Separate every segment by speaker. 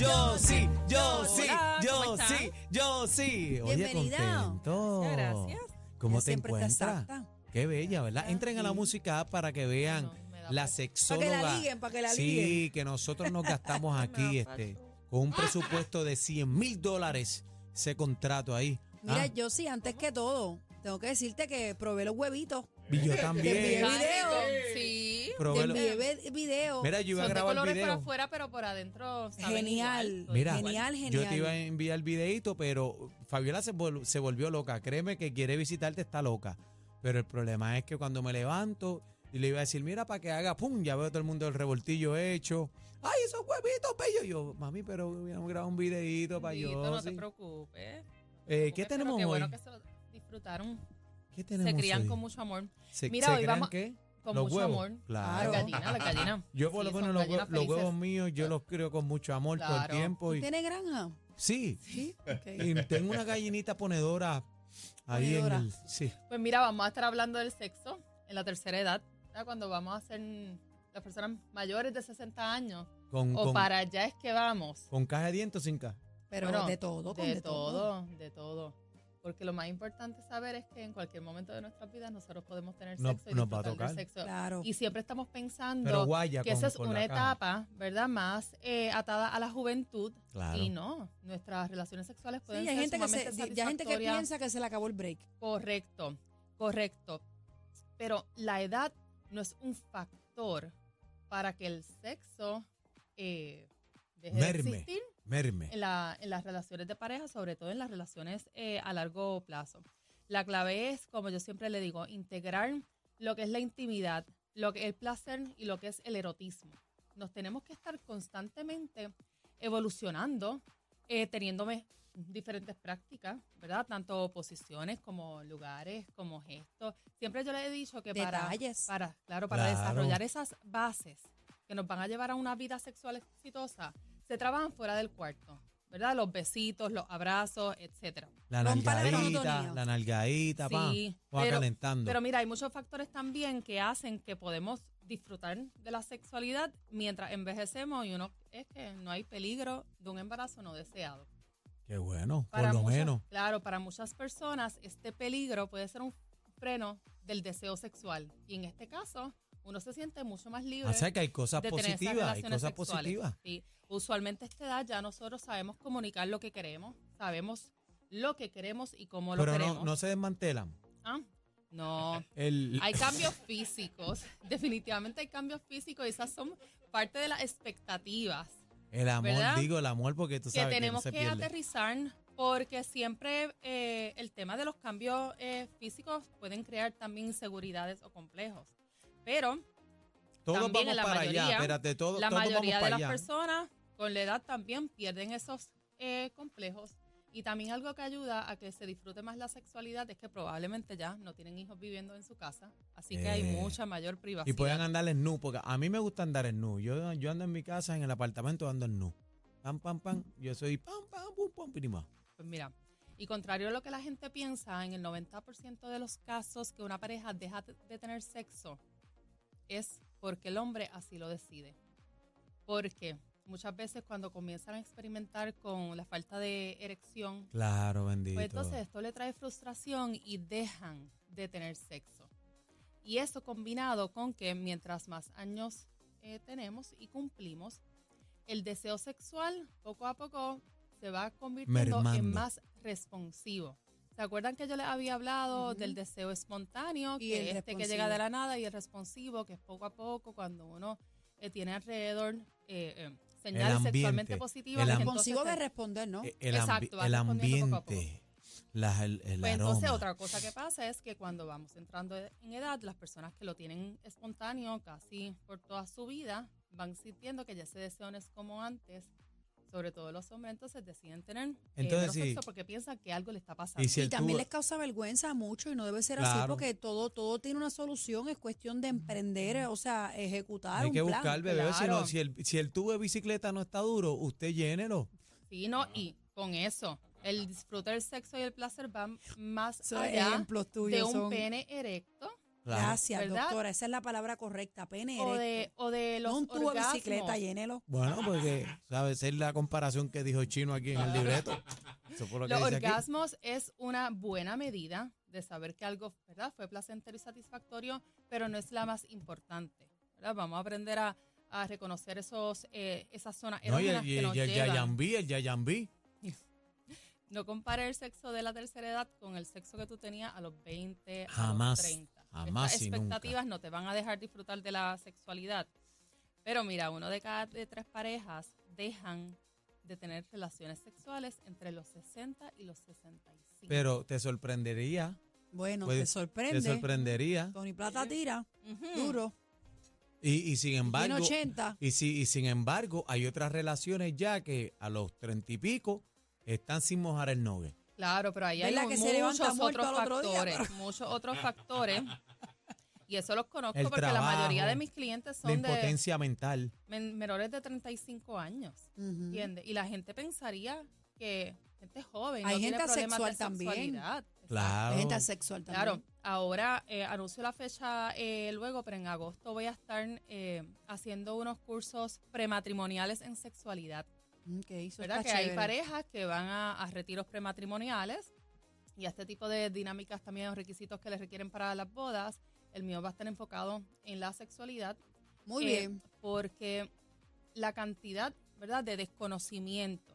Speaker 1: Yo sí, yo sí,
Speaker 2: Hola,
Speaker 1: yo
Speaker 2: ¿cómo estás?
Speaker 1: sí, yo sí. Oye,
Speaker 2: Bienvenida.
Speaker 1: contento.
Speaker 2: Muchas gracias.
Speaker 1: ¿Cómo
Speaker 2: Ya
Speaker 1: te
Speaker 2: siempre estás
Speaker 1: encuentras?
Speaker 2: alta.
Speaker 1: Qué bella, ¿verdad? Entren a la música app para que vean
Speaker 2: Bueno, me da
Speaker 1: la
Speaker 2: pena.
Speaker 1: sexóloga.
Speaker 2: liguen, pa' que la
Speaker 1: Sí,
Speaker 2: liguen.
Speaker 1: que nosotros nos gastamos aquí este con un presupuesto de 100 mil dólares ese contrato ahí.
Speaker 2: Mira,
Speaker 1: Ah,
Speaker 2: yo sí, antes que todo, tengo que decirte que probé los huevitos.
Speaker 1: y yo
Speaker 2: envié
Speaker 1: también.
Speaker 2: video.
Speaker 3: Sí.
Speaker 1: probé lo-
Speaker 2: Te envié ve- video.
Speaker 1: Mira, yo iba a
Speaker 3: Son de
Speaker 1: grabar
Speaker 3: colores para
Speaker 1: video.
Speaker 3: afuera, pero por adentro. saben
Speaker 2: Genial.
Speaker 3: igual.
Speaker 1: Mira,
Speaker 2: genial, genial.
Speaker 1: Yo te iba a enviar el videito, pero Fabiola se, vol- se volvió loca. Créeme que quiere visitarte, está loca. Pero el problema es que cuando me levanto y le iba a decir, mira, para que haga pum, ya veo todo el mundo el revoltillo hecho. ¡Ay, esos huevitos bellos! Yo, mami, pero hubiéramos grabado un videito para
Speaker 3: Bendito,
Speaker 1: yo.
Speaker 3: No te
Speaker 1: sí".
Speaker 3: preocupes.
Speaker 1: Eh,
Speaker 3: preocupes,
Speaker 1: ¿Qué
Speaker 3: pero
Speaker 1: tenemos
Speaker 3: Qué
Speaker 1: hoy?
Speaker 3: bueno que se lo disfrutaron.
Speaker 1: ¿Qué tenemos
Speaker 3: Se crían
Speaker 1: hoy?
Speaker 3: con mucho amor.
Speaker 1: ¿Se,
Speaker 3: Mira,
Speaker 1: se
Speaker 3: hoy
Speaker 1: crían
Speaker 3: vamos-
Speaker 1: qué?
Speaker 3: Con
Speaker 1: Los
Speaker 3: mucho
Speaker 1: huevos,
Speaker 3: amor.
Speaker 1: claro.
Speaker 3: Las gallinas, las gallinas.
Speaker 1: Yo por
Speaker 3: Sí,
Speaker 1: lo menos
Speaker 3: son
Speaker 1: los,
Speaker 3: gallinas
Speaker 1: hue- los huevos
Speaker 3: felices.
Speaker 1: míos yo los crío con mucho amor todo el
Speaker 3: Claro.
Speaker 1: tiempo. Y,
Speaker 2: ¿Tiene granja?
Speaker 1: sí,
Speaker 2: Sí. ok.
Speaker 1: y tengo una gallinita ponedora ahí en
Speaker 2: Ponedora.
Speaker 1: el... Sí.
Speaker 3: Pues mira, vamos a estar hablando del sexo en la tercera edad. ¿verdad? Cuando vamos a ser las personas mayores de 60 años.
Speaker 1: Con,
Speaker 3: O
Speaker 1: con-
Speaker 3: para allá es que vamos.
Speaker 1: con caja de dientes o sin caja.
Speaker 2: Pero
Speaker 3: Bueno,
Speaker 2: de todo, con
Speaker 3: de, todo, de todo. Porque lo más importante saber es que en cualquier momento de nuestras vidas nosotros podemos tener
Speaker 1: No-
Speaker 3: sexo y
Speaker 1: nos va a
Speaker 3: disfrutar del
Speaker 1: tocar.
Speaker 3: sexo.
Speaker 2: Claro.
Speaker 3: Y siempre estamos
Speaker 1: Pero
Speaker 3: pensando
Speaker 1: guaya
Speaker 3: que
Speaker 1: con,
Speaker 3: esa es
Speaker 1: con
Speaker 3: una
Speaker 1: la caja.
Speaker 3: etapa, ¿verdad? Más eh, atada a la juventud.
Speaker 1: Claro.
Speaker 3: Y no, nuestras relaciones sexuales
Speaker 2: Sí,
Speaker 3: pueden
Speaker 2: hay
Speaker 3: ser
Speaker 2: gente, que se,
Speaker 3: sumamente
Speaker 2: di- ya hay gente que
Speaker 3: satisfactorias.
Speaker 2: piensa que se le acabó el break.
Speaker 3: Correcto, correcto. Pero la edad no es un factor para que el sexo eh, deje
Speaker 1: Merme.
Speaker 3: de existir
Speaker 1: Merme.
Speaker 3: en, la- en las relaciones de pareja, sobre todo en las relaciones eh, a largo plazo. La clave es, como yo siempre le digo, integrar lo que es la intimidad, lo que es el placer y lo que es el erotismo. Nos tenemos que estar constantemente evolucionando, eh, teniendo me- diferentes prácticas, ¿verdad? Tanto posiciones como lugares, como gestos. Siempre yo le he dicho que para,
Speaker 2: Detalles.
Speaker 3: para, claro, para
Speaker 1: Claro.
Speaker 3: desarrollar esas bases que nos van a llevar a una vida sexual exitosa, se trabajan fuera del cuarto, ¿verdad? Los besitos, los abrazos, etcétera.
Speaker 1: La
Speaker 2: Rompa la
Speaker 1: nalgadita,
Speaker 2: monotonía.
Speaker 1: la nalgadita, pa.
Speaker 3: Sí,
Speaker 1: Va
Speaker 3: pero-
Speaker 1: calentando.
Speaker 3: Pero mira, hay muchos factores también que hacen que podemos disfrutar de la sexualidad mientras envejecemos y uno es que no hay peligro de un embarazo no deseado.
Speaker 1: Qué bueno, por
Speaker 3: Para
Speaker 1: lo
Speaker 3: muchas-
Speaker 1: menos.
Speaker 3: Claro, para muchas personas este peligro puede ser un freno del deseo sexual y en este caso uno se siente mucho más libre.
Speaker 1: O sea que hay cosas
Speaker 3: de tener esas
Speaker 1: positivas, hay
Speaker 3: relaciones
Speaker 1: cosas
Speaker 3: sexuales.
Speaker 1: positivas.
Speaker 3: Sí. Usualmente a esta edad ya nosotros sabemos comunicar lo que queremos, sabemos lo que queremos y cómo lo
Speaker 1: Pero no,
Speaker 3: queremos.
Speaker 1: no se desmantelan.
Speaker 3: Ah, no.
Speaker 1: El,
Speaker 3: Hay cambios físicos, definitivamente hay cambios físicos y esas son parte de las expectativas
Speaker 1: el amor,
Speaker 3: ¿verdad?
Speaker 1: digo el amor, porque tú
Speaker 3: que
Speaker 1: sabes
Speaker 3: tenemos
Speaker 1: que
Speaker 3: que,
Speaker 1: no se pierde.
Speaker 3: aterrizar porque siempre eh, el tema de los cambios eh, físicos pueden crear también inseguridades o complejos. Pero
Speaker 1: todos
Speaker 3: también
Speaker 1: vamos
Speaker 3: en la
Speaker 1: para allá,
Speaker 3: mayoría-
Speaker 1: espérate, todo-
Speaker 3: la
Speaker 1: todos vamos
Speaker 3: mayoría
Speaker 1: para
Speaker 3: de las
Speaker 1: allá.
Speaker 3: personas con la edad también pierden esos eh, complejos. Y también algo que ayuda a que se disfrute más la sexualidad es que probablemente ya no tienen hijos viviendo en su casa, así que hay
Speaker 1: Eh,
Speaker 3: mucha mayor privacidad.
Speaker 1: Y pueden andar en nu, porque a mí me gusta andar en nu. Yo, yo ando en mi casa, en el apartamento, ando en nu. Pam, pam, pam. Yo soy pam, pam, pum, pam, prima.
Speaker 3: Pues mira, y contrario a lo que la gente piensa, en el 90% de los casos que una pareja deja de- de tener sexo es porque el hombre así lo decide. Porque muchas veces cuando comienzan a experimentar con la falta de erección,
Speaker 1: Claro, bendito.
Speaker 3: Pues entonces esto le trae frustración y dejan de tener sexo. Y eso combinado con que mientras más años eh, tenemos y cumplimos, el deseo sexual poco a poco se va convirtiendo en
Speaker 1: Mermando.
Speaker 3: más responsivo. ¿Se acuerdan que yo les había hablado
Speaker 2: Ujú.
Speaker 3: del deseo espontáneo,
Speaker 2: Y
Speaker 3: que
Speaker 2: el
Speaker 3: es este que
Speaker 2: responsivo.
Speaker 3: llega de la nada, y el responsivo, que es poco a poco cuando uno eh, tiene alrededor eh, eh, señales
Speaker 1: ambiente,
Speaker 3: sexualmente positivas?
Speaker 1: el
Speaker 3: pues
Speaker 1: am-
Speaker 3: entonces
Speaker 2: Consigo de
Speaker 3: se-
Speaker 2: responder, ¿no?
Speaker 1: Eh, el, ambi-
Speaker 3: Exacto, vas
Speaker 1: el ambiente,
Speaker 3: respondiendo poco a poco.
Speaker 1: la- el, el aroma.
Speaker 3: Pues entonces otra cosa que pasa es que cuando vamos entrando e- en edad, las personas que lo tienen espontáneo casi por toda su vida van sintiendo que ya ese deseo no es como antes, sobre todo los hombres, entonces deciden tener eh,
Speaker 1: Entonces,
Speaker 3: menos
Speaker 1: sí.
Speaker 3: sexo porque piensan que algo le está pasando.
Speaker 1: Y si
Speaker 2: Y
Speaker 1: el
Speaker 2: también
Speaker 1: tubo-
Speaker 2: les causa vergüenza mucho y no debe ser así
Speaker 1: Claro.
Speaker 2: porque todo todo tiene una solución, es cuestión de emprender, o sea, ejecutar
Speaker 1: hay
Speaker 2: un
Speaker 1: que
Speaker 2: plan.
Speaker 1: buscar, bebé. Si, no-
Speaker 3: claro.
Speaker 1: si el, si el tubo de bicicleta no está duro, usted llénelo.
Speaker 3: Sí, no, y con eso, el disfrutar el sexo y el placer van más
Speaker 2: Esos
Speaker 3: allá
Speaker 2: ejemplos tuyos
Speaker 3: Ah, de un
Speaker 2: son-
Speaker 3: pene erecto
Speaker 1: Claro.
Speaker 2: Gracias,
Speaker 3: ¿Verdad?
Speaker 2: doctora, esa es la palabra correcta, pene
Speaker 3: o de,
Speaker 2: erecto.
Speaker 3: o de los
Speaker 2: no un tubo de
Speaker 3: orgasmos.
Speaker 2: bicicleta, llénelo.
Speaker 1: Bueno, porque, ¿sabes? Es la comparación que dijo Chino aquí en el libreto. Eso fue lo que
Speaker 3: Los
Speaker 1: dice aquí.
Speaker 3: orgasmos es una buena medida de saber que algo ¿verdad? fue placentero y satisfactorio, pero no es la más importante. ¿verdad? Vamos a aprender a, a reconocer esos, eh, esas zonas
Speaker 1: No, y
Speaker 3: erógenas
Speaker 1: el, y
Speaker 3: que nos
Speaker 1: el- y el
Speaker 3: llegan.
Speaker 1: yayambí, el yayambí.
Speaker 3: No compare el sexo de la tercera edad con el sexo que tú tenías a los 20,
Speaker 1: Jamás,
Speaker 3: a los 30.
Speaker 1: jamás
Speaker 3: Estas
Speaker 1: y nunca.
Speaker 3: expectativas no te van a dejar disfrutar de la sexualidad. Pero mira, uno de cada de tres parejas dejan de tener relaciones sexuales entre los 60 y los 65.
Speaker 1: Pero te sorprendería,
Speaker 2: Bueno,
Speaker 1: Puede-
Speaker 2: te sorprende.
Speaker 1: Pues, te sorprendería.
Speaker 2: Tony Plata tira,
Speaker 3: Ujú.
Speaker 2: duro,
Speaker 1: Y, y sin
Speaker 2: en
Speaker 1: embargo,
Speaker 2: 80.
Speaker 1: y, si, y sin embargo, hay otras relaciones ya que a los treinta y pico están sin mojar el novio.
Speaker 3: Claro, pero ahí hay
Speaker 2: ¿Verdad
Speaker 3: un-
Speaker 2: que se
Speaker 3: muchos
Speaker 2: levanta muerto
Speaker 3: otros
Speaker 2: al otro día,
Speaker 3: factores, muchos otros factores. Y eso los conozco
Speaker 1: El
Speaker 3: porque la mayoría de
Speaker 1: trabajo,
Speaker 3: mis clientes
Speaker 1: La
Speaker 3: son de
Speaker 1: impotencia mental.
Speaker 3: men- menores de 35 años.
Speaker 2: Ujú.
Speaker 3: ¿Entiendes? Y la gente pensaría que gente joven.
Speaker 2: Hay
Speaker 3: no
Speaker 2: gente
Speaker 3: tiene problemas
Speaker 2: asexual
Speaker 3: de
Speaker 2: también.
Speaker 3: sexualidad.
Speaker 1: Claro.
Speaker 2: Hay gente sexual también.
Speaker 3: Claro, ahora eh, anuncio la fecha eh, luego, pero en agosto voy a estar eh, haciendo unos cursos prematrimoniales en sexualidad.
Speaker 2: Ok, eso
Speaker 3: ¿verdad?
Speaker 2: está
Speaker 3: Que hay
Speaker 2: chévere.
Speaker 3: parejas que van a, a retiros prematrimoniales y a este tipo de dinámicas también, los requisitos que les requieren para las bodas. El mío va a estar enfocado en la sexualidad
Speaker 2: Muy
Speaker 3: eh,
Speaker 2: bien.
Speaker 3: Porque la cantidad, ¿verdad?, de desconocimiento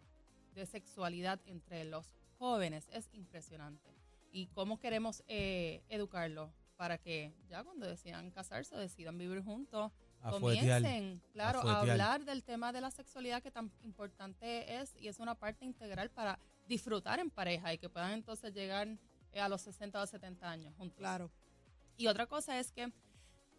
Speaker 3: de sexualidad entre los jóvenes es impresionante. Y cómo queremos eh, educarlos para que ya cuando decidan casarse, decidan vivir juntos,
Speaker 1: A fuetear.
Speaker 3: comiencen, claro, a,
Speaker 1: fuetear.
Speaker 3: hablar del tema de la sexualidad que tan importante es y es una parte integral para disfrutar en pareja y que puedan entonces llegar eh, a los 60 o 70 años juntos.
Speaker 2: Claro.
Speaker 3: Y otra cosa es que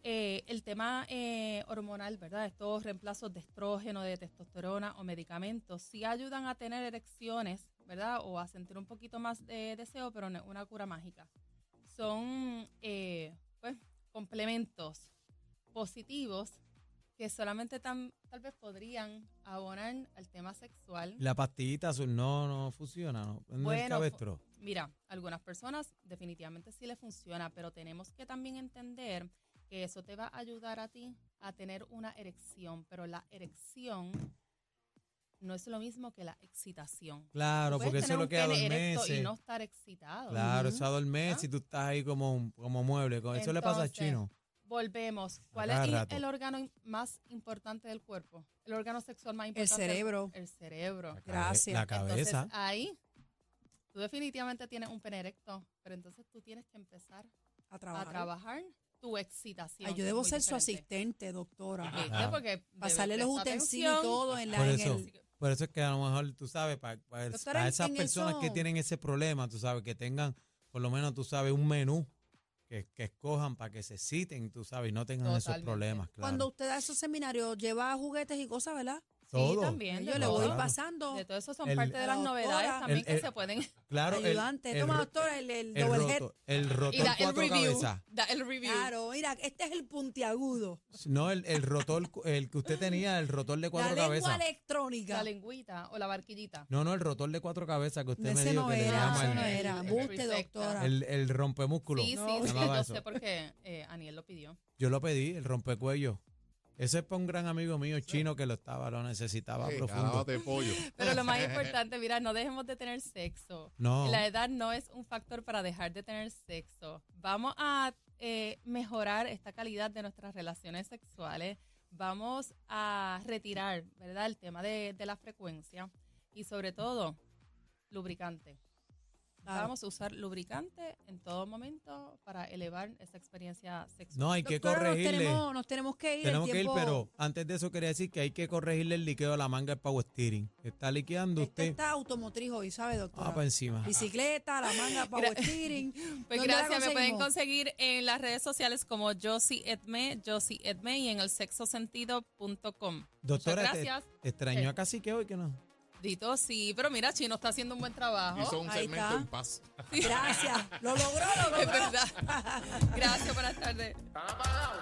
Speaker 3: eh, el tema eh, hormonal, ¿verdad? Estos reemplazos de estrógeno, de testosterona o medicamentos sí ayudan a tener erecciones, ¿verdad? O a sentir un poquito más de deseo, pero no es una cura mágica. Son, eh, pues, complementos positivos que solamente tan, tal vez podrían abonar al tema sexual.
Speaker 1: La pastillita azul no, no funciona, no. En el
Speaker 3: Bueno, pues,
Speaker 1: cabestro.
Speaker 3: Mira, algunas personas definitivamente sí le funciona, pero tenemos que también entender que eso te va a ayudar a ti a tener una erección, pero la erección no es lo mismo que la excitación.
Speaker 1: Claro,
Speaker 3: Tú puedes
Speaker 1: porque eso
Speaker 3: tener
Speaker 1: es lo
Speaker 3: un
Speaker 1: que
Speaker 3: pene erecto
Speaker 1: adormece.
Speaker 3: Y no estar excitado.
Speaker 1: Claro,
Speaker 2: Ujú.
Speaker 1: eso adormece y tú estás ahí como, un- como mueble. Con eso le pasa al
Speaker 3: Entonces,
Speaker 1: chino.
Speaker 3: Volvemos. ¿Cuál
Speaker 1: cada
Speaker 3: es i-
Speaker 1: rato.
Speaker 3: el órgano im- más importante del cuerpo? El órgano sexual más
Speaker 2: El
Speaker 3: importante. del-
Speaker 2: cerebro.
Speaker 3: El cerebro.
Speaker 1: cabe-
Speaker 2: gracias.
Speaker 1: La cabeza.
Speaker 3: Entonces ahí tú definitivamente tienes un pene erecto, pero entonces tú tienes que empezar
Speaker 2: A trabajar.
Speaker 3: a trabajar tu excitación.
Speaker 2: Ay, yo
Speaker 3: que
Speaker 2: debo
Speaker 3: es muy
Speaker 2: ser su
Speaker 3: diferente.
Speaker 2: asistente, doctora.
Speaker 3: ¿Viste?
Speaker 1: Claro.
Speaker 3: Porque
Speaker 2: Pasarle
Speaker 3: debe
Speaker 2: los
Speaker 3: prestar
Speaker 2: utensilios y
Speaker 3: atención.
Speaker 2: todo en la.
Speaker 1: Por
Speaker 2: en
Speaker 1: eso,
Speaker 2: el-
Speaker 1: Por eso es que a lo mejor, tú sabes, para,
Speaker 2: Doctora, en-
Speaker 1: esas
Speaker 2: en
Speaker 1: personas que
Speaker 2: eso-
Speaker 1: tienen ese problema, tú sabes, que tengan, por lo menos, tú sabes, un menú que, que escojan para que se citen, tú sabes, y no tengan esos
Speaker 3: Totalmente.
Speaker 1: problemas, claro.
Speaker 2: Cuando usted da esos seminarios, lleva juguetes y cosas, ¿verdad?
Speaker 3: Sí,
Speaker 1: Todo.
Speaker 3: también.
Speaker 2: Yo
Speaker 3: de
Speaker 2: le voy
Speaker 3: todo.
Speaker 1: Claro.
Speaker 2: pasando.
Speaker 3: De todo eso son
Speaker 1: El-
Speaker 3: parte de las
Speaker 2: La doctora.
Speaker 3: novedades también
Speaker 1: El-
Speaker 3: que
Speaker 1: el-
Speaker 3: se pueden.
Speaker 1: claro, el-
Speaker 2: ayudante.
Speaker 1: el,
Speaker 2: Toma,
Speaker 1: ro-
Speaker 2: doctora, el, el
Speaker 1: el
Speaker 2: double head.
Speaker 1: roto, el rotor
Speaker 3: Y da el
Speaker 1: cuatro
Speaker 3: review.
Speaker 1: cabezas.
Speaker 3: Da el review.
Speaker 2: Claro, mira, este es el puntiagudo.
Speaker 1: No, el, el rotor, cu- el que usted tenía, el rotor de
Speaker 2: La
Speaker 1: cuatro
Speaker 2: lengua
Speaker 1: cabezas.
Speaker 2: electrónica.
Speaker 3: La lengüita o la barquillita.
Speaker 1: No, no, el rotor de cuatro cabezas que usted me
Speaker 2: ese
Speaker 1: dijo
Speaker 2: no
Speaker 1: que le
Speaker 2: era,
Speaker 1: llama
Speaker 2: eso
Speaker 1: el-
Speaker 2: no era.
Speaker 3: el-
Speaker 2: Buste,
Speaker 3: perfecta.
Speaker 2: doctora.
Speaker 1: el, el rompemúsculo.
Speaker 3: Sí,
Speaker 2: No.
Speaker 3: sí, sí,
Speaker 1: Llamaba
Speaker 3: yo
Speaker 1: eso.
Speaker 3: sé porque eh, Aniel lo pidió.
Speaker 1: Yo lo pedí, el rompecuello. Ese es para un gran amigo mío chino que lo estaba, lo necesitaba
Speaker 4: Sí,
Speaker 1: profundo.
Speaker 4: carajo de pollo.
Speaker 3: Pero lo más importante, mira, no dejemos de tener sexo.
Speaker 1: No,
Speaker 3: La edad no es un factor para dejar de tener sexo. Vamos a eh, mejorar esta calidad de nuestras relaciones sexuales. Vamos a retirar, ¿verdad? El tema de, de la frecuencia y sobre todo lubricante.
Speaker 2: Claro.
Speaker 3: Vamos a usar lubricante en todo momento para elevar esa experiencia sexual.
Speaker 1: no hay que
Speaker 2: Doctora, Nos
Speaker 1: corregirle.
Speaker 2: tenemos, nos tenemos que ir.
Speaker 1: Tenemos
Speaker 2: el
Speaker 1: que ir,
Speaker 2: tiempo,
Speaker 1: pero antes de eso quería decir que hay que corregirle el liqueo de la manga al power steering. Está liqueando
Speaker 2: Este
Speaker 1: usted.
Speaker 2: está automotriz hoy, ¿sabe, doctora?
Speaker 1: Ah, para encima.
Speaker 2: Bicicleta, la manga, power steering.
Speaker 3: Pues
Speaker 2: ¿Dónde la
Speaker 3: gracias, me pueden
Speaker 2: conseguimos?
Speaker 3: conseguir en las redes sociales como Josie Edme, Josie Edme y en el sexosentido.com. Muchas
Speaker 1: Doctora, te-
Speaker 3: gracias.
Speaker 1: te extrañó
Speaker 3: Sí.
Speaker 1: a Cacique hoy que no.
Speaker 3: Dito, sí, pero mira, Chino está haciendo un buen trabajo.
Speaker 4: Hizo un
Speaker 2: Ahí
Speaker 4: segmento
Speaker 2: está.
Speaker 4: en paz.
Speaker 2: Gracias. Lo logró, lo
Speaker 3: Es
Speaker 2: logró.
Speaker 3: verdad. Gracias, buenas tardes.
Speaker 4: Está apagado.